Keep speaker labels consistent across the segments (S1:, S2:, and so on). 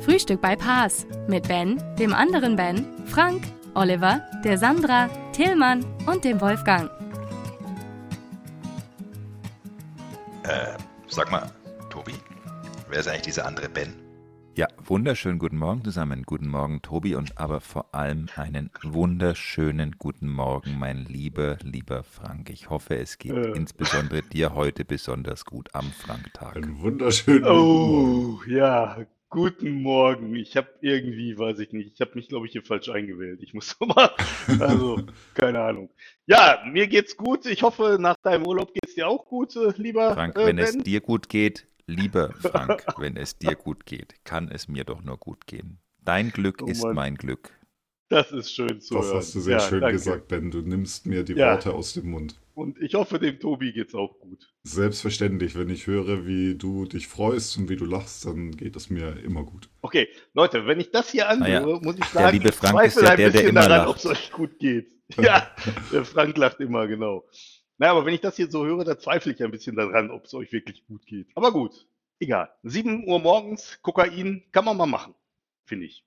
S1: Frühstück bei Paas mit Ben, dem anderen Ben, Frank, Oliver, der Sandra, Tillmann und dem Wolfgang.
S2: Äh, sag mal, Tobi, wer ist eigentlich dieser andere Ben?
S3: Ja, wunderschönen guten Morgen zusammen. Guten Morgen, Tobi, und aber vor allem einen wunderschönen guten Morgen, mein lieber, lieber Frank. Ich hoffe, es geht
S4: Äh.
S3: insbesondere dir heute besonders gut am Franktag.
S4: Einen wunderschönen guten
S5: Oh, ja. Guten Morgen. Ich habe irgendwie, weiß ich nicht, ich habe mich, glaube ich, hier falsch eingewählt. Ich muss nochmal, also, keine Ahnung. Ja, mir geht's gut. Ich hoffe, nach deinem Urlaub geht's dir auch gut, äh, lieber
S3: Frank,
S5: äh,
S3: wenn es
S5: Ben.
S3: dir gut geht, lieber Frank, wenn es dir gut geht, kann es mir doch nur gut gehen. Dein Glück
S5: Oh
S3: ist
S5: Mann.
S3: mein Glück.
S5: Das ist schön zu
S4: Das
S5: hören.
S4: hast du sehr
S5: ja,
S4: schön
S5: danke.
S4: gesagt, Ben. Du nimmst mir die
S5: Ja.
S4: Worte aus dem Mund.
S5: Und ich hoffe, dem Tobi geht's auch gut.
S4: Selbstverständlich, wenn ich höre, wie du dich freust und wie du lachst, dann geht es mir immer gut.
S5: Okay, Leute, wenn ich das hier
S3: ja.
S5: anhöre, muss ich
S3: Der
S5: sagen,
S3: liebe
S5: ich
S3: Frank ist
S5: zweifle
S3: ja
S5: ein
S3: der, der
S5: bisschen
S3: immer
S5: daran,
S3: lacht.
S5: ob es euch gut geht. Ja, der Frank lacht immer, genau. Naja, aber wenn ich das hier so höre, da zweifle ich ein bisschen daran, ob es euch wirklich gut geht. Aber gut, egal. 7 Uhr morgens, Kokain, kann man mal machen, finde ich.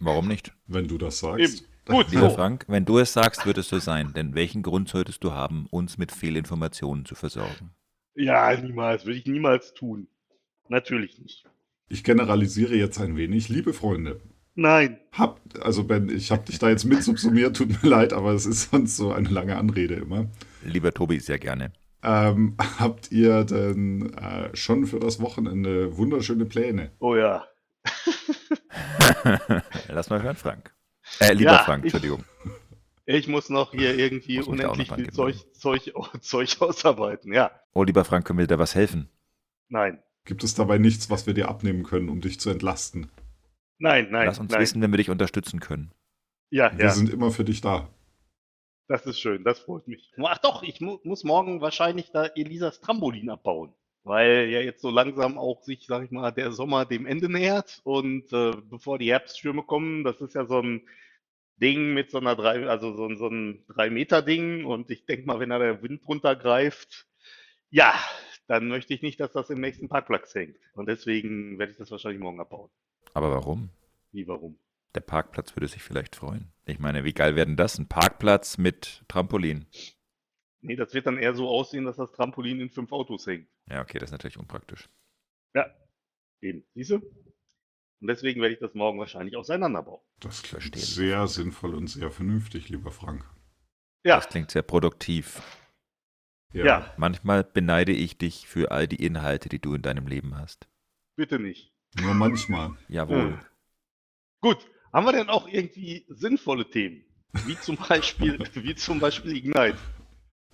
S3: Warum nicht?
S4: Wenn du das sagst.
S5: Eben. Gut,
S3: Lieber
S5: so.
S3: Frank, wenn du es sagst, wird es so sein. Denn welchen Grund solltest du haben, uns mit Fehlinformationen zu versorgen?
S5: Ja, niemals, würde ich niemals tun. Natürlich nicht.
S4: Ich generalisiere jetzt ein wenig. Liebe Freunde,
S5: Nein,
S4: hab, also Ben, ich habe dich da jetzt mit subsumiert, tut mir leid, aber es ist sonst so eine lange Anrede immer.
S3: Lieber Tobi, sehr gerne.
S4: Ähm, habt ihr denn äh, schon für das Wochenende wunderschöne Pläne?
S5: oh ja.
S3: Lass mal hören, Frank. Äh, lieber
S5: Ja,
S3: Frank,
S5: ich-
S3: Entschuldigung.
S5: Ich muss noch hier irgendwie
S3: Muss mich da auch
S5: unendlich
S3: noch dran
S5: viel
S3: gewöhnen.
S5: Zeug, Zeug, Zeug ausarbeiten. Ja,
S3: Oh, lieber Frank, können wir dir da was helfen?
S5: nein,
S4: Gibt es dabei nichts, was wir dir abnehmen können, um dich zu entlasten?
S5: nein, nein,
S3: Lass uns
S5: nein.
S3: wissen, wenn wir dich unterstützen können.
S5: Ja,
S4: Wir
S5: ja.
S4: sind immer für dich da.
S5: Das ist schön, das freut mich. Ach doch, ich mu muss morgen wahrscheinlich da Elisas Trampolin abbauen, weil ja jetzt so langsam auch sich, sag ich mal, der Sommer dem Ende nähert und äh, bevor die Herbststürme kommen, das ist ja so ein Ding mit so einer drei, also so, ein- so ein drei Meter Ding und ich denk mal, wenn da der Wind runtergreift, ja, dann möchte ich nicht, dass das im nächsten Parkplatz hängt und deswegen werde ich das wahrscheinlich morgen abbauen.
S3: Aber warum?
S5: Wie warum?
S3: Der Parkplatz würde sich vielleicht freuen. Ich meine, wie geil werden das? Ein Parkplatz mit Trampolin.
S5: Nee, das wird dann eher so aussehen, dass das Trampolin in fünf Autos hängt.
S3: Ja, okay, das ist natürlich unpraktisch.
S5: Eben, siehst du? Und deswegen werde ich das morgen wahrscheinlich auseinanderbauen.
S4: Das klingt
S3: Verstehe.
S4: sehr sinnvoll und sehr vernünftig, lieber Frank.
S5: Ja,
S3: Das klingt sehr produktiv.
S5: ja,
S3: Manchmal beneide ich dich für all die Inhalte, die du in deinem Leben hast.
S5: bitte nicht.
S4: Nur manchmal.
S3: Jawohl.
S5: Hm. Gut, haben wir denn auch irgendwie sinnvolle Themen? Wie zum Beispiel, wie zum Beispiel Ignite.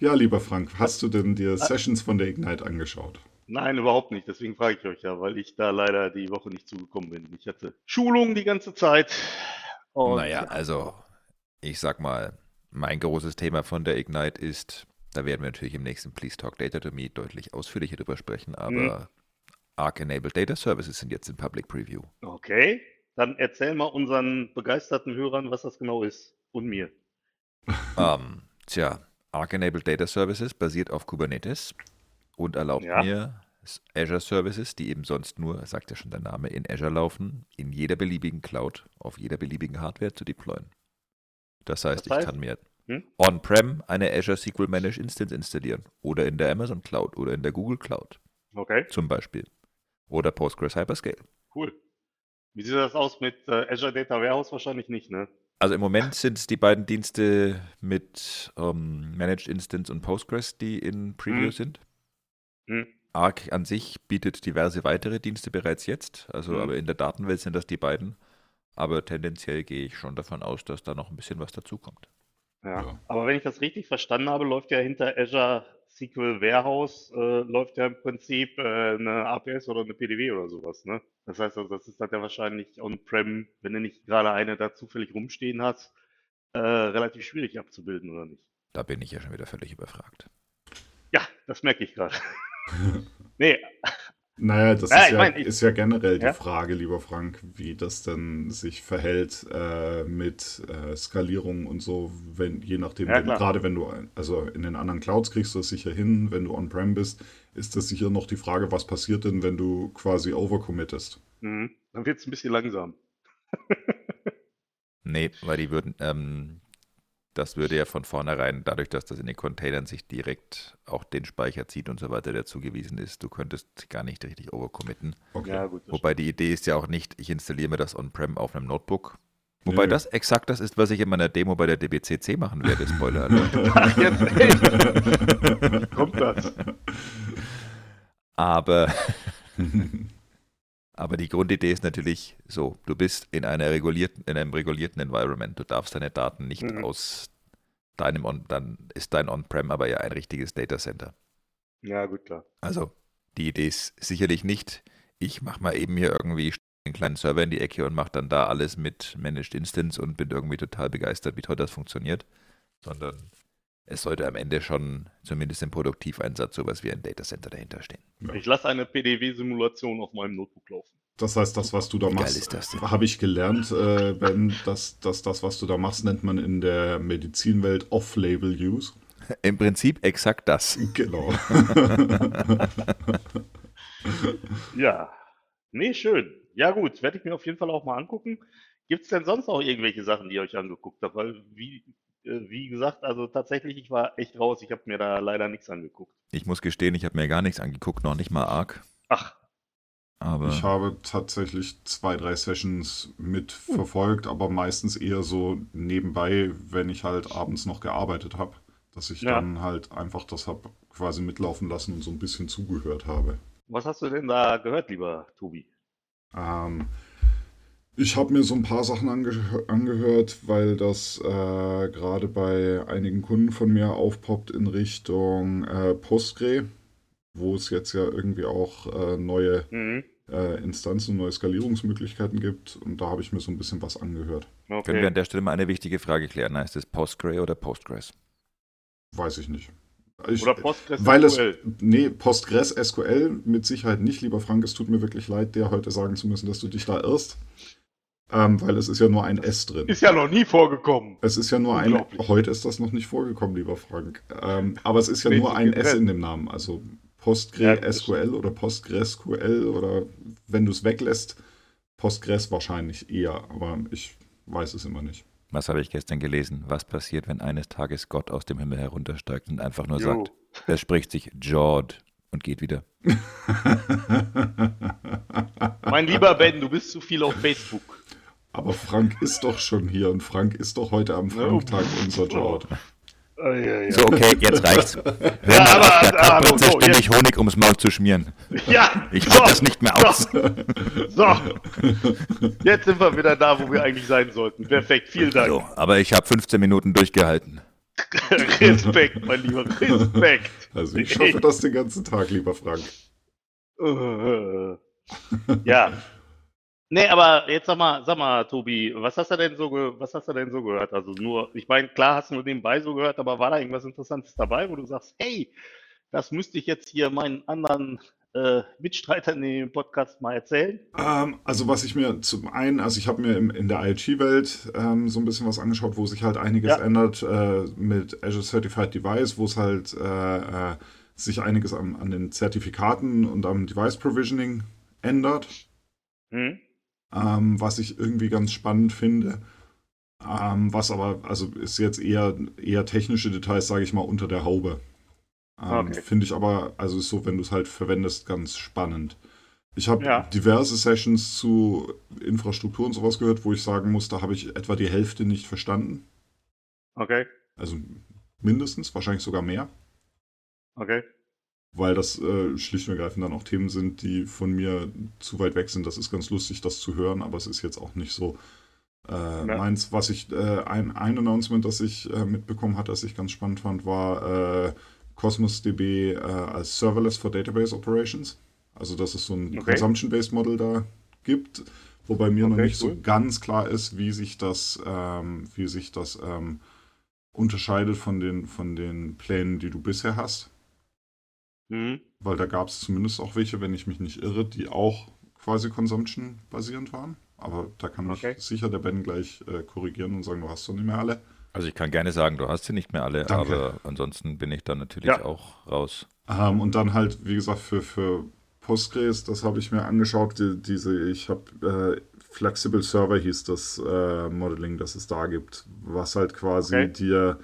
S4: Ja, lieber Frank, hast du denn
S5: Äh.
S4: dir Sessions von der Ignite angeschaut?
S5: Nein, überhaupt nicht. Deswegen frage ich euch ja, weil ich da leider die Woche nicht zugekommen bin. Ich hatte Schulungen die ganze Zeit. Und
S3: Naja, also, ich sag mal, mein großes Thema von der Ignite ist, da werden wir natürlich im nächsten Please Talk Data to Me deutlich ausführlicher drüber sprechen, aber Arc Enabled Data Services sind jetzt in Public Preview.
S5: Okay, dann erzähl mal unseren begeisterten Hörern, was das genau ist. Und mir.
S3: Ähm, tja, Arc Enabled Data Services basiert auf Kubernetes und erlaubt
S5: Ja.
S3: mir S- Azure Services, die eben sonst nur, sagt ja schon der Name, in Azure laufen, in jeder beliebigen Cloud auf jeder beliebigen Hardware zu deployen. Das heißt,
S5: heißt?
S3: ich kann mir
S5: Hm?
S3: on-prem eine Azure SQL Managed Instance installieren oder in der Amazon Cloud oder in der Google Cloud
S5: Okay,
S3: zum Beispiel oder Postgres Hyperscale.
S5: cool. Wie sieht das aus mit äh, Azure Data Warehouse? Wahrscheinlich nicht, ne?
S3: Also im Moment sind es die beiden Dienste mit ähm, Managed Instance und Postgres, die in Preview
S5: Hm.
S3: sind.
S5: Hm.
S3: Arc an sich bietet diverse weitere Dienste bereits jetzt. Also,
S5: Mhm.
S3: aber in der Datenwelt sind das die beiden. Aber tendenziell gehe ich schon davon aus, dass da noch ein bisschen was dazukommt.
S5: Ja.
S4: Ja.
S5: Aber wenn ich das richtig verstanden habe, läuft ja hinter Azure SQL Warehouse äh, läuft ja im Prinzip äh, eine APS oder eine PDW oder sowas. Ne? Das heißt, also, das ist dann ja wahrscheinlich on-prem, wenn du nicht gerade eine da zufällig rumstehen hast, äh, relativ schwierig abzubilden, oder nicht?
S3: Da bin ich ja schon wieder völlig überfragt.
S5: Ja, das merke ich gerade. nee,
S4: Naja, das
S5: Ja,
S4: ist,
S5: ich
S4: ja,
S5: mein, ich-
S4: ist ja generell die
S5: Ja?
S4: Frage, lieber Frank, wie das denn sich verhält äh, mit äh, Skalierung und so, wenn, je nachdem,
S5: Ja,
S4: wenn,
S5: klar.
S4: gerade wenn du, ein- also in den anderen Clouds kriegst du es sicher hin, wenn du on-prem bist, ist das sicher noch die Frage, was passiert denn, wenn du quasi overcommittest?
S5: mhm. dann wird es ein bisschen langsam.
S3: Nee, weil die würden, ähm, das würde ja von vornherein, dadurch, dass das in den Containern sich direkt auch den Speicher zieht und so weiter, der zugewiesen ist, du könntest gar nicht richtig overcommitten.
S4: Okay.
S5: Ja, gut. das
S3: Wobei die Idee ist ja auch nicht, ich installiere mir das on-prem auf einem Notebook. Wobei
S4: Nö.
S3: das exakt das ist, was ich in meiner Demo bei der DBCC machen werde, Spoiler Alert.
S5: Ach, jetzt echt? Kommt das?
S3: Aber, aber die Grundidee ist natürlich so, du bist in, einer regulierten, in einem regulierten Environment, du darfst deine Daten nicht
S5: Mhm.
S3: aus deinem On, dann ist dein On-Prem aber ja ein richtiges Datacenter.
S5: Ja, gut, klar.
S3: Also, die Idee ist sicherlich nicht, ich mache mal eben hier irgendwie einen kleinen Server in die Ecke und mache dann da alles mit Managed Instance und bin irgendwie total begeistert, wie toll das funktioniert, sondern es sollte am Ende schon zumindest im Produktiveinsatz sowas wie ein Datacenter dahinter stehen.
S4: Ja.
S5: Ich lasse eine PDW-Simulation auf meinem Notebook laufen.
S4: Das heißt, das, was du da
S3: Wie geil
S4: machst,
S3: ist das denn?
S4: habe ich gelernt, äh, Ben, dass, dass das, was du da machst, nennt man in der Medizinwelt Off-Label-Use.
S3: Im Prinzip exakt das.
S4: Genau.
S5: Ja. Nee, schön. Ja, gut. Werde ich mir auf jeden Fall auch mal angucken. Gibt es denn sonst noch irgendwelche Sachen, die ihr euch angeguckt habt? Weil, wie, äh, wie gesagt, also tatsächlich, ich war echt raus. Ich habe mir da leider nichts angeguckt.
S3: Ich muss gestehen, ich habe mir gar nichts angeguckt, noch nicht mal arg,
S5: Ach,
S3: aber
S4: Ich habe tatsächlich zwei, drei Sessions mitverfolgt, aber meistens eher so nebenbei, wenn ich halt abends noch gearbeitet habe, dass ich
S5: Ja.
S4: dann halt einfach das habe quasi mitlaufen lassen und so ein bisschen zugehört habe.
S5: was hast du denn da gehört, lieber Tobi?
S4: Ähm, ich habe mir so ein paar Sachen ange angehört, weil das äh, gerade bei einigen Kunden von mir aufpoppt in Richtung äh, Postgre, wo es jetzt ja irgendwie auch äh, neue
S5: Mhm.
S4: äh, Instanzen, neue Skalierungsmöglichkeiten gibt. Und da habe ich mir so ein bisschen was angehört.
S3: können wir
S5: Okay.
S3: an der Stelle mal eine wichtige Frage klären. Heißt es Postgre oder Postgres?
S4: Weiß ich nicht. Ich,
S5: Oder PostgreSQL.
S4: weil es, nee, Postgres SQL mit Sicherheit nicht, lieber Frank. Es tut mir wirklich leid, dir heute sagen zu müssen, dass du dich da irrst. Ähm, weil es ist ja nur ein S drin.
S5: Ist ja noch nie vorgekommen.
S4: Es ist ja nur ein.
S5: Unglaublich.
S4: Heute ist das noch nicht vorgekommen, lieber Frank. Ähm, aber es ist ja
S5: Nee,
S4: nur ein
S5: das-
S4: S in dem Namen. Also
S5: Ja,
S4: Postgre
S5: das
S4: SQL oder PostgreSQL oder wenn du es weglässt, Postgres wahrscheinlich eher. Aber ich weiß es immer nicht.
S3: Was habe ich gestern gelesen? Was passiert, wenn eines Tages Gott aus dem Himmel heruntersteigt und einfach nur
S5: Jo.
S3: sagt, er spricht sich Jord und geht wieder?
S5: Mein lieber Ben, du bist zu viel auf Facebook.
S4: aber Frank ist doch schon hier und Frank ist doch heute
S5: Oh
S4: am Franktag unser Jord.
S3: So, okay, jetzt reicht's. Hör
S5: Ja,
S3: mal
S5: aber-
S3: auf, der
S5: aber- oh,
S3: Katze
S5: so,
S3: ständig Honig ums Maul zu schmieren.
S5: Ja,
S3: Ich
S5: so,
S3: halte das nicht mehr aus.
S5: so. Jetzt sind wir wieder da, wo wir eigentlich sein sollten. Perfekt, vielen Dank.
S3: So, aber ich habe 15 Minuten durchgehalten.
S5: Respekt, mein Lieber, Respekt.
S4: Also ich schaffe das den ganzen Tag, lieber Frank.
S5: Äh, ja. Nee, aber jetzt sag mal, sag mal, Tobi, was hast du denn so, ge was hast du denn so gehört? Also nur, ich meine, klar hast du nur nebenbei so gehört, aber war da irgendwas Interessantes dabei, wo du sagst, hey, das müsste ich jetzt hier meinen anderen äh, Mitstreitern in dem Podcast mal erzählen?
S4: Ähm, also was ich mir zum einen, also ich habe mir im, in der IoT-Welt ähm, so ein bisschen was angeschaut, wo sich halt einiges
S5: Ja.
S4: ändert äh, mit Azure Certified Device, wo es halt äh, äh, sich einiges an, an den Zertifikaten und am Device Provisioning ändert
S5: Hm?
S4: ähm, was ich irgendwie ganz spannend finde. Ähm, was aber, also ist jetzt eher, eher technische Details, sage ich mal, unter der Haube. Ähm,
S5: Okay.
S4: Finde ich aber, also ist so, wenn du es halt verwendest, ganz spannend. Ich habe
S5: Ja.
S4: diverse Sessions zu Infrastruktur und sowas gehört, wo ich sagen muss, da habe ich etwa die Hälfte nicht verstanden.
S5: Okay,
S4: Also mindestens, wahrscheinlich sogar mehr
S5: okay.
S4: weil das äh, schlicht und ergreifend dann auch Themen sind, die von mir zu weit weg sind. Das ist ganz lustig, das zu hören, aber es ist jetzt auch nicht so äh,
S5: Ja.
S4: meins. Was ich, äh, ein, ein Announcement, das ich äh, mitbekommen hat, das ich ganz spannend fand, war äh, Cosmos DB äh, als Serverless for Database Operations. Also, dass es so ein
S5: Okay.
S4: Consumption-Based Model da gibt, wobei mir noch
S5: Okay,
S4: nicht
S5: cool.
S4: so ganz klar ist, wie sich das, ähm, wie sich das ähm, unterscheidet von den, von den Plänen, die du bisher hast.
S5: Mhm.
S4: Weil da gab es zumindest auch welche, wenn ich mich nicht irre, die auch quasi Consumption-basierend waren. Aber da kann mich
S5: Okay.
S4: sicher der Ben gleich äh, korrigieren und sagen, du hast doch nicht mehr alle.
S3: Also ich kann gerne sagen, du hast sie nicht mehr alle,
S4: Danke.
S3: aber ansonsten bin ich dann natürlich
S5: Ja.
S3: auch raus.
S4: Ähm, und dann halt, wie gesagt, für, für Postgres, das habe ich mir angeschaut, die, diese, ich habe äh, Flexible Server hieß das äh, Modeling, das es da gibt, was halt quasi
S5: Okay.
S4: dir,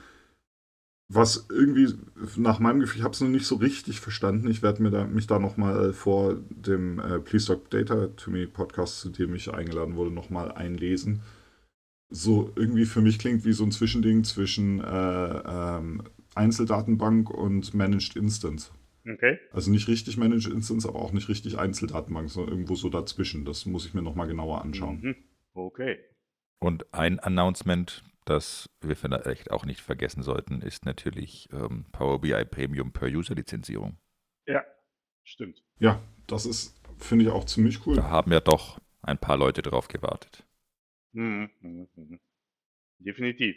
S4: was irgendwie nach meinem Gefühl, ich habe es noch nicht so richtig verstanden, ich werde mir da, mich da nochmal vor dem äh, Please Talk Data to Me Podcast, zu dem ich eingeladen wurde, nochmal einlesen. So irgendwie für mich klingt wie so ein Zwischending zwischen äh, ähm, Einzeldatenbank und Managed Instance.
S5: Okay.
S4: Also nicht richtig Managed Instance, aber auch nicht richtig Einzeldatenbank, sondern irgendwo so dazwischen. Das muss ich mir nochmal genauer anschauen.
S5: Mhm. Okay.
S3: Und ein Announcement, das wir vielleicht auch nicht vergessen sollten, ist natürlich ähm, Power BI Premium per User Lizenzierung.
S5: Ja, stimmt.
S4: Ja, das ist, finde ich auch ziemlich cool.
S3: Da haben ja doch ein paar Leute drauf gewartet.
S5: Mhm. Mhm. Mhm. Definitiv.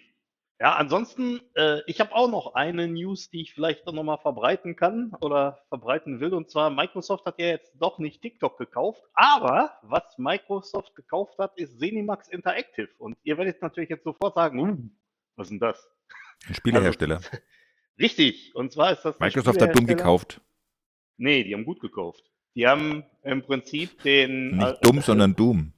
S5: Ja, ansonsten, äh, ich habe auch noch eine News, die ich vielleicht noch mal verbreiten kann oder verbreiten will. Und zwar, Microsoft hat ja jetzt doch nicht TikTok gekauft, aber was Microsoft gekauft hat, ist Zenimax Interactive. Und ihr werdet natürlich jetzt sofort sagen, "Uh, was ist denn das?
S3: Also, Ein Spielehersteller.
S5: Richtig, und zwar ist das der
S3: Microsoft hat dumm
S5: Spielehersteller-
S3: gekauft.
S5: Nee, die haben gut gekauft. Die haben im Prinzip den. äh,
S3: Nicht dumm, sondern Doom.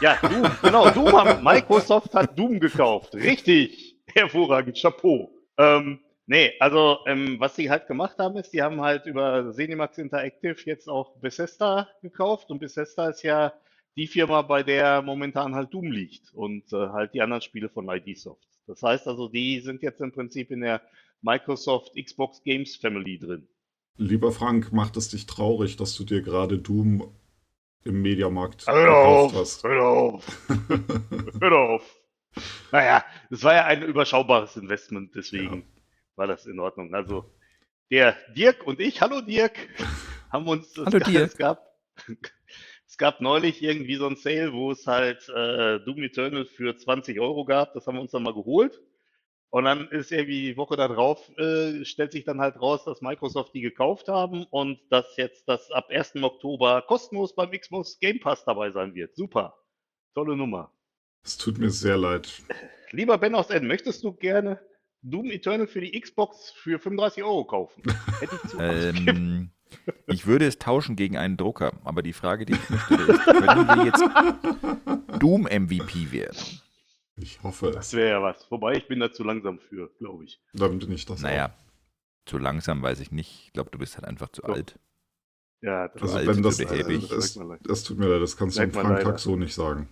S5: Ja, Doom, genau, Doom haben, Microsoft hat Doom gekauft. Richtig. Hervorragend, Chapeau. Ähm, nee, also ähm, was sie halt gemacht haben, ist, die haben halt über Cinemax Interactive jetzt auch Bethesda gekauft und Bethesda ist ja die Firma, bei der momentan halt Doom liegt und äh, halt die anderen Spiele von ID Soft. Das heißt also, die sind jetzt im Prinzip in der Microsoft Xbox Games Family drin.
S4: Lieber Frank, macht es dich traurig, dass du dir gerade Doom im Mediamarkt
S5: Hör
S4: gekauft
S5: auf,
S4: hast?
S5: hör auf. Hör auf. Naja, es war ja ein überschaubares Investment, deswegen war das in Ordnung. Also der Dirk und ich, hallo Dirk, haben uns es
S3: Hallo
S5: gab-
S3: Dirk.
S5: Es gab, es gab neulich irgendwie so ein Sale, wo es halt äh, Doom Eternal für 20 Euro gab. Das haben wir uns dann mal geholt. Und dann ist irgendwie die Woche da drauf, äh, stellt sich dann halt raus, dass Microsoft die gekauft haben und dass jetzt das ab 1. Oktober kostenlos beim Xbox Game Pass dabei sein wird. Super. Tolle Nummer.
S4: Es tut mir sehr leid.
S5: Lieber Ben aus N, möchtest du gerne Doom Eternal für die Xbox für 35 Euro kaufen? Hätte ich zu
S3: Ähm, ich würde es tauschen gegen einen Drucker, aber die Frage, die ich mir stelle, ist, können wir jetzt Doom MVP werden?
S4: Ich hoffe,
S5: Das wäre ja was. Wobei ich bin da zu langsam für, glaube ich.
S4: damit nicht das
S3: Naja, zu langsam weiß ich nicht. Ich glaube, du bist halt einfach zu
S5: Doch.
S3: alt.
S5: Ja, das
S4: Also
S3: alt
S4: wenn das,
S3: oder
S4: äh,
S3: ewig.
S4: es,
S5: Merkt man leider.
S4: das tut mir leid, das kannst du dem
S5: Merkt man
S4: Frank
S5: leider.
S4: Hack so nicht sagen.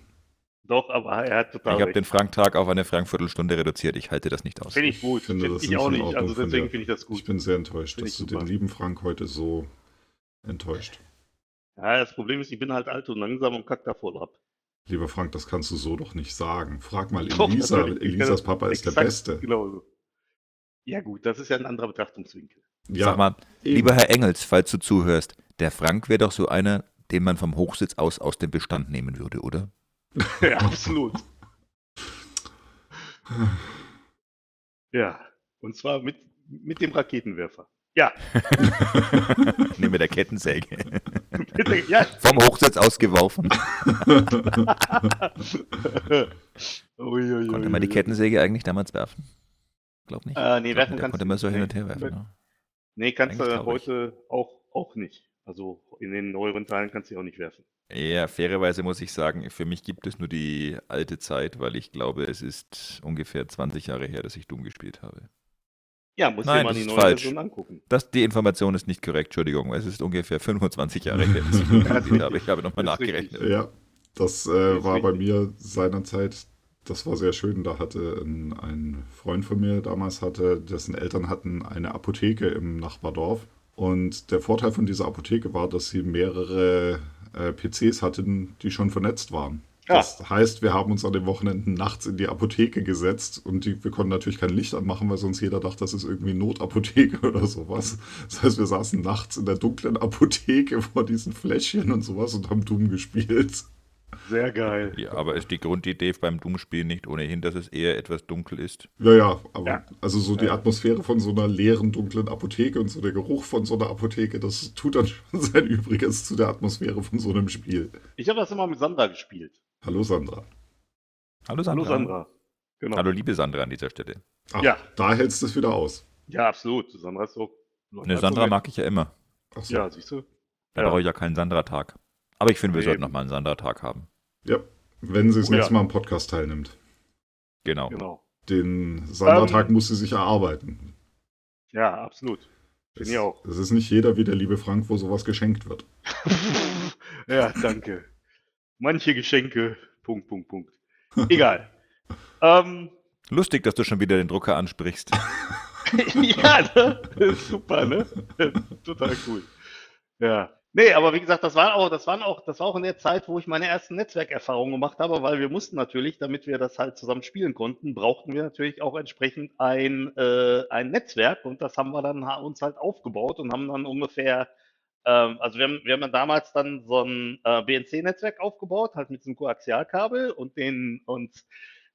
S5: doch, aber er hat total
S3: Ich habe
S5: recht.
S3: den Franktag auf eine Frankviertelstunde reduziert. Ich halte das nicht aus.
S5: Finde ich gut.
S4: Ich finde,
S5: Finde
S4: das
S5: ich
S4: ist
S5: auch
S4: in
S5: nicht.
S4: Ordnung
S5: also
S4: von
S5: deswegen
S4: dir.
S5: finde ich das gut.
S4: Ich bin sehr enttäuscht,
S5: Finde
S4: dass
S5: ich
S4: du
S5: super.
S4: den lieben Frank heute so enttäuscht.
S5: Ja, das Problem ist, ich bin halt alt und langsam und kack da voll ab.
S4: Lieber Frank, das kannst du so doch nicht sagen. Frag mal
S5: Doch,
S4: Elisa.
S5: natürlich. Ich kann das
S4: Elisas Papa ist der
S5: exakt
S4: Beste.
S5: Genauso. Ja gut, das ist ja ein anderer Betrachtungswinkel.
S4: Ja,
S3: Sag mal,
S4: eben.
S3: lieber Herr Engels, falls du zuhörst, der Frank wäre doch so einer, den man vom Hochsitz aus aus dem Bestand nehmen würde, oder?
S5: ja, absolut. ja, und zwar mit, mit dem Raketenwerfer. Ja,
S3: Nee, mit der Kettensäge.
S5: bitte, ja.
S3: vom Hochsitz aus geworfen.
S5: Uiuiui.
S3: Konnte man die Kettensäge eigentlich damals werfen? Glaub nicht.
S5: Äh, nee,
S3: Glaub,
S5: werfen
S3: da
S5: kannst
S3: konnte
S5: du-
S3: man so hin
S5: nee,
S3: und her werfen. ne?
S5: mit-
S3: Ja.
S5: Nee, kannst
S3: Eigentlich
S5: du
S3: traurig.
S5: heute auch, auch nicht. Also in den neueren Teilen kannst du die auch nicht werfen.
S3: ja, fairerweise muss ich sagen, für mich gibt es nur die alte Zeit, weil ich glaube, es ist ungefähr 20 Jahre her, dass ich Doom gespielt habe.
S5: Ja, musst dir
S3: Nein,
S5: mal
S3: das
S5: die
S3: ist
S5: neue
S3: falsch.
S5: Version angucken.
S3: Das, die Information ist nicht korrekt, Entschuldigung. Es ist ungefähr 25 Jahre her, dass ich Doom
S4: Ja,
S3: gespielt habe. Ich habe nochmal
S5: ist richtig.
S3: nachgerechnet.
S4: ja, das
S5: Ist
S4: äh, war bei
S5: richtig.
S4: mir seinerzeit, das war sehr schön. Da hatte ein, ein Freund von mir damals, hatte, dessen Eltern hatten eine Apotheke im Nachbardorf. Und der Vorteil von dieser Apotheke war, dass sie mehrere äh, PCs hatten, die schon vernetzt waren.
S5: Ja.
S4: Das heißt, wir haben uns an den Wochenenden nachts in die Apotheke gesetzt und die, wir konnten natürlich kein Licht anmachen, weil sonst jeder dachte, das ist irgendwie Notapotheke oder sowas. Das heißt, wir saßen nachts in der dunklen Apotheke vor diesen Fläschchen und sowas und haben Doom gespielt.
S5: Sehr geil.
S3: Ja, aber ist die Grundidee beim Doom-Spiel nicht ohnehin, dass es eher etwas dunkel ist?
S4: Ja, ja, aber
S5: Ja.
S4: also so die Atmosphäre von so einer leeren, dunklen Apotheke und so der Geruch von so einer Apotheke, das tut dann schon sein Übriges zu der Atmosphäre von so einem Spiel.
S5: Ich habe das immer mit Sandra gespielt.
S4: Hallo Sandra.
S3: Hallo Sandra.
S5: Hallo Sandra. Genau.
S3: Hallo liebe Sandra an dieser Stelle.
S4: Ach,
S5: Ja.
S4: Da hältst du es wieder aus.
S5: Ja, absolut. Sandra ist so.
S3: Eine Sandra mag ich ja immer.
S4: Ach so.
S5: Ja, siehst du?
S3: Da
S5: also Ja.
S3: brauche ich ja keinen Sandra-Tag. Aber ich finde, wir
S5: Nee.
S3: sollten nochmal einen Sandra-Tag haben.
S4: Ja, wenn sie das
S5: Oh,
S4: nächste
S5: ja.
S4: Mal am Podcast teilnimmt.
S3: Genau.
S5: Genau.
S4: Den Sandra-Tag
S5: Ähm,
S4: muss sie sich erarbeiten.
S5: Ja, absolut. Bin ich auch.
S4: Es ist nicht jeder wie der liebe Frank, wo sowas geschenkt wird.
S5: ja, danke. Manche Geschenke. Punkt, Punkt, Punkt. Egal. ähm,
S3: Lustig, dass du schon wieder den Drucker ansprichst.
S5: ja, ne? super, ne? Total cool. Ja. Nee, aber wie gesagt, das war auch, das waren auch, das war auch in der Zeit, wo ich meine ersten Netzwerkerfahrungen gemacht habe, weil wir mussten natürlich, damit wir das halt zusammen spielen konnten, brauchten wir natürlich auch entsprechend ein, äh, ein Netzwerk und das haben wir dann ha- uns halt aufgebaut und haben dann ungefähr, ähm, also wir haben, wir haben ja damals dann so ein äh, BNC-Netzwerk aufgebaut, halt mit diesem Koaxialkabel und den und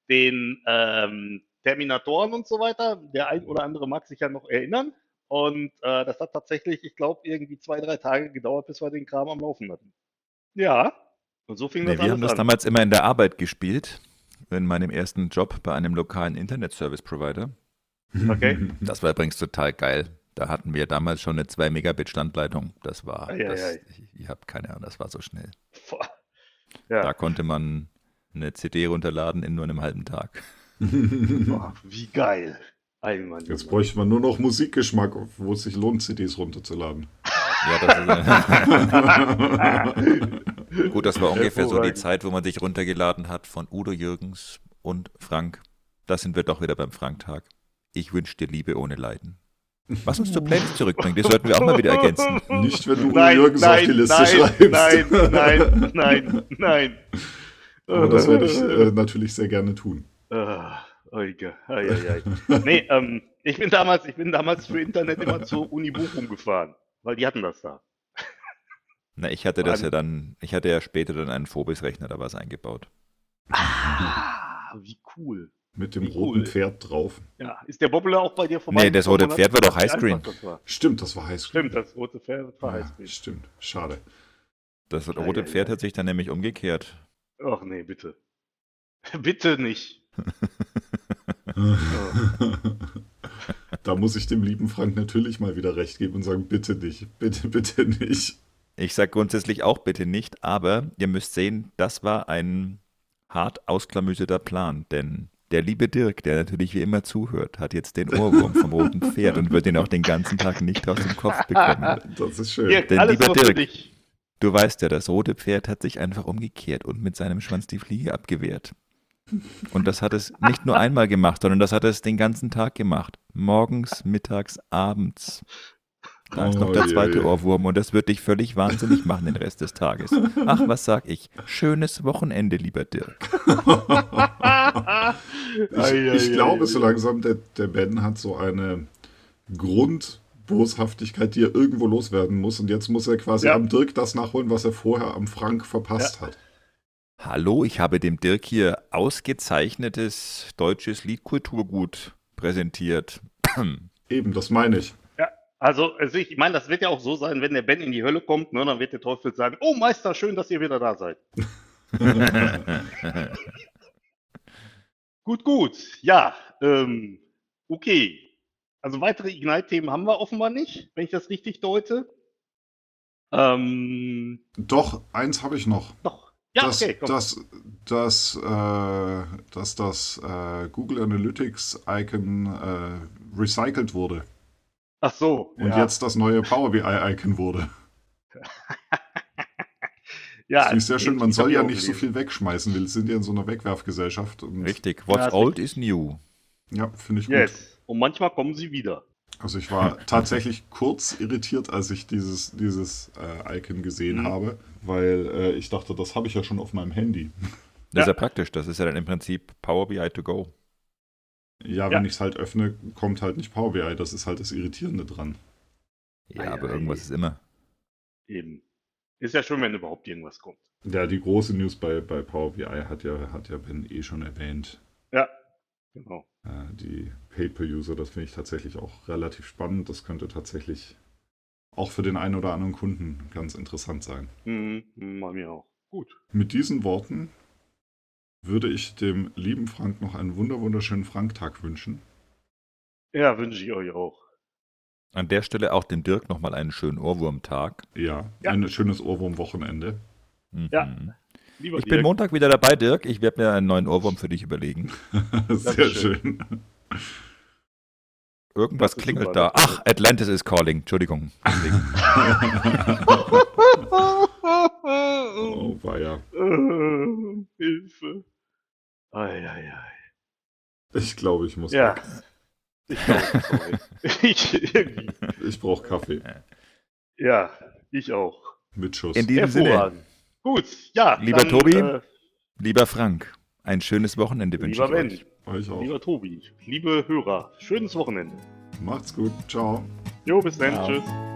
S5: den ähm, Terminatoren und so weiter. Der ein oder andere mag sich ja noch erinnern. Und äh, das hat tatsächlich, ich glaube, irgendwie zwei, drei Tage gedauert, bis wir den Kram am Laufen hatten. Ja, und so fing
S3: Nee,
S5: das
S3: wir
S5: alles
S3: haben das
S5: an.
S3: damals immer in der Arbeit gespielt. In meinem ersten Job bei einem lokalen Internet-Service-Provider.
S5: Okay.
S3: Das war übrigens total geil. Da hatten wir damals schon eine 2 Megabit Standleitung. Das war,
S5: Ei, ei,
S3: das,
S5: ei.
S3: ich, ich habe keine Ahnung, das war so schnell.
S5: Boah. Ja.
S3: Da konnte man eine CD runterladen in nur einem halben Tag.
S5: Boah, wie geil. Einmal.
S4: Jetzt bräuchte man nur noch Musikgeschmack, wo es sich lohnt, CDs runterzuladen.
S3: Ja, das ist, gut, das war ungefähr so die
S5: Hervorragend.
S3: Zeit, wo man sich runtergeladen hat von Udo Jürgens und Frank. Da sind wir doch wieder beim Frank-Tag. Ich wünsche dir Liebe ohne Leiden. Was uns zu Playlist zurückbringt, das sollten wir auch mal wieder ergänzen.
S4: Nicht, wenn du Udo
S5: Nein,
S4: Jürgens
S5: nein,
S4: auf die Liste
S5: nein,
S4: schreibst.
S5: Nein, nein, nein, nein.
S4: Aber das werde ich äh, natürlich sehr gerne tun.
S5: Ah, oige, ei, ei, ei. Nee, ähm, ich bin damals, ich bin damals für Internet immer zur Uni Bochum gefahren, weil die hatten das da.
S3: Na, ich hatte das ja dann, ich hatte ja später dann einen Phobis-Rechner, da war es eingebaut.
S5: Ah, wie cool.
S4: Mit dem
S5: Wie cool.
S4: roten Pferd drauf.
S5: Ja, ist der Bobble auch bei dir vorbei?
S3: Nee, das rote
S5: gekommen?
S3: Pferd war doch
S5: Wie
S3: Highscreen.
S5: einfach das war.
S4: Stimmt, das war Highscreen.
S5: Stimmt, das rote Pferd war
S4: ja,
S5: Highscreen.
S4: Ah, stimmt. Schade.
S3: Das
S5: Ei,
S3: rote
S5: ei,
S3: Pferd
S5: ei.
S3: hat sich dann nämlich umgekehrt.
S5: Ach nee, bitte. Bitte nicht.
S4: da muss ich dem lieben Frank natürlich mal wieder recht geben und sagen, bitte nicht, bitte, bitte nicht.
S3: Ich sage grundsätzlich auch bitte nicht, aber ihr müsst sehen, das war ein hart ausklamüseter Plan, denn der liebe Dirk, der natürlich wie immer zuhört, hat jetzt den Ohrwurm vom roten Pferd und wird ihn auch den ganzen Tag nicht aus dem Kopf bekommen.
S4: Das ist schön.
S5: Dirk,
S3: Äh, denn
S5: alles
S3: lieber
S5: nur für
S3: Dirk.
S5: dich.
S3: Du weißt ja, das rote Pferd hat sich einfach umgekehrt und mit seinem Schwanz die Fliege abgewehrt. Und das hat es nicht nur einmal gemacht, sondern das hat es den ganzen Tag gemacht. Morgens, mittags, abends. Da ist noch der
S4: Oh, je,
S3: zweite
S4: je.
S3: Ohrwurm und das wird dich völlig wahnsinnig machen den Rest des Tages. Ach, was sag ich? Schönes Wochenende, lieber Dirk.
S4: Ich, ich glaube so langsam, der, der Ben hat so eine Grundboshaftigkeit, die er irgendwo loswerden muss. Und jetzt muss er quasi
S5: Ja.
S4: am Dirk das nachholen, was er vorher am Frank verpasst hat.
S3: Hallo, ich habe dem Dirk hier ausgezeichnetes deutsches Liedkulturgut präsentiert.
S4: Eben, das meine ich.
S5: Also, also ich meine, das wird ja auch so sein, wenn der Ben in die Hölle kommt, ne, dann wird der Teufel sagen, oh Meister, schön, dass ihr wieder da seid. Gut, gut. Ja, ähm, okay. Also weitere Ignite-Themen haben wir offenbar nicht, wenn ich das richtig deute. Ähm,
S4: Doch, eins habe ich noch.
S5: doch. Ja,
S4: dass,
S5: okay, komm.
S4: dass, dass, äh, dass das äh, Google Analytics-Icon äh, recycelt wurde
S5: Ach so.
S4: und
S5: ja.
S4: jetzt das neue Power BI-Icon wurde.
S5: Ja,
S4: das finde ich sehr schön. Man
S5: ich hab
S4: soll
S5: die
S4: ja
S5: auch
S4: nicht so
S5: gelesen.
S4: viel wegschmeißen. Wir sind ja in so einer Wegwerfgesellschaft. Und
S3: Richtig,
S5: Ja,
S3: what's
S5: ist
S3: old is new.
S4: ja, finde ich gut.
S5: Yes. Und manchmal kommen sie wieder.
S4: Also ich war tatsächlich kurz irritiert, als ich dieses, dieses äh, Icon gesehen habe, weil äh, ich dachte, das habe ich ja schon auf meinem Handy.
S3: Das ist
S5: Ja.
S3: ja praktisch. Das ist ja dann im Prinzip Power BI to go.
S4: Ja,
S5: Ja.
S4: wenn ich es halt öffne, kommt halt nicht Power BI. Das ist halt das Irritierende dran.
S3: Ja,
S5: Ei,
S3: aber
S5: ei.
S3: irgendwas ist immer.
S5: Eben. Ist ja schön, wenn überhaupt irgendwas kommt.
S4: Ja, die große News bei, bei Power BI hat ja, hat ja Ben eh schon erwähnt.
S5: Ja. Genau.
S4: Äh, die Pay-Per-User, das finde ich tatsächlich auch relativ spannend. Das könnte tatsächlich auch für den einen oder anderen Kunden ganz interessant sein.
S5: Mhm. Bei mir auch. Gut.
S4: Mit diesen Worten würde ich dem lieben Frank noch einen wunder wunderschönen Franktag wünschen.
S5: Ja, wünsche ich euch auch.
S3: An der Stelle auch dem Dirk nochmal einen schönen Ohrwurmtag.
S4: Ja,
S5: Ja.
S4: ein schönes Ohrwurm-Wochenende.
S3: Mhm.
S5: Ja. Lieber
S3: Ich bin
S5: Dirk,
S3: Montag wieder dabei, Dirk. Ich werde mir einen neuen Ohrwurm für dich überlegen.
S4: Sehr
S5: Dankeschön.
S4: schön.
S3: Irgendwas
S5: Das ist
S3: klingelt da.
S5: super, das ist
S3: Ach, Atlantis is calling. Entschuldigung.
S4: Oh, war ja.
S5: Äh, Hilfe. Ei, ei, ei.
S4: Ich glaube, ich muss.
S5: Ja.
S4: weg.
S5: Ich glaube, sorry. ich, irgendwie.
S4: Ich brauche Kaffee
S5: Ja, ich auch.
S4: mit Schuss.
S3: In diesem Sinne,
S5: Hervorragend. Gut, ja.
S3: Lieber
S5: dann,
S3: Tobi,
S5: äh,
S3: lieber Frank, ein schönes Wochenende wünsche
S5: lieber
S3: ich euch.
S5: Ben,
S4: Euch auch.
S5: lieber Tobi, liebe Hörer, schönes Wochenende.
S4: Macht's gut. Ciao.
S5: Jo, bis dann.
S4: Ja.
S5: Tschüss.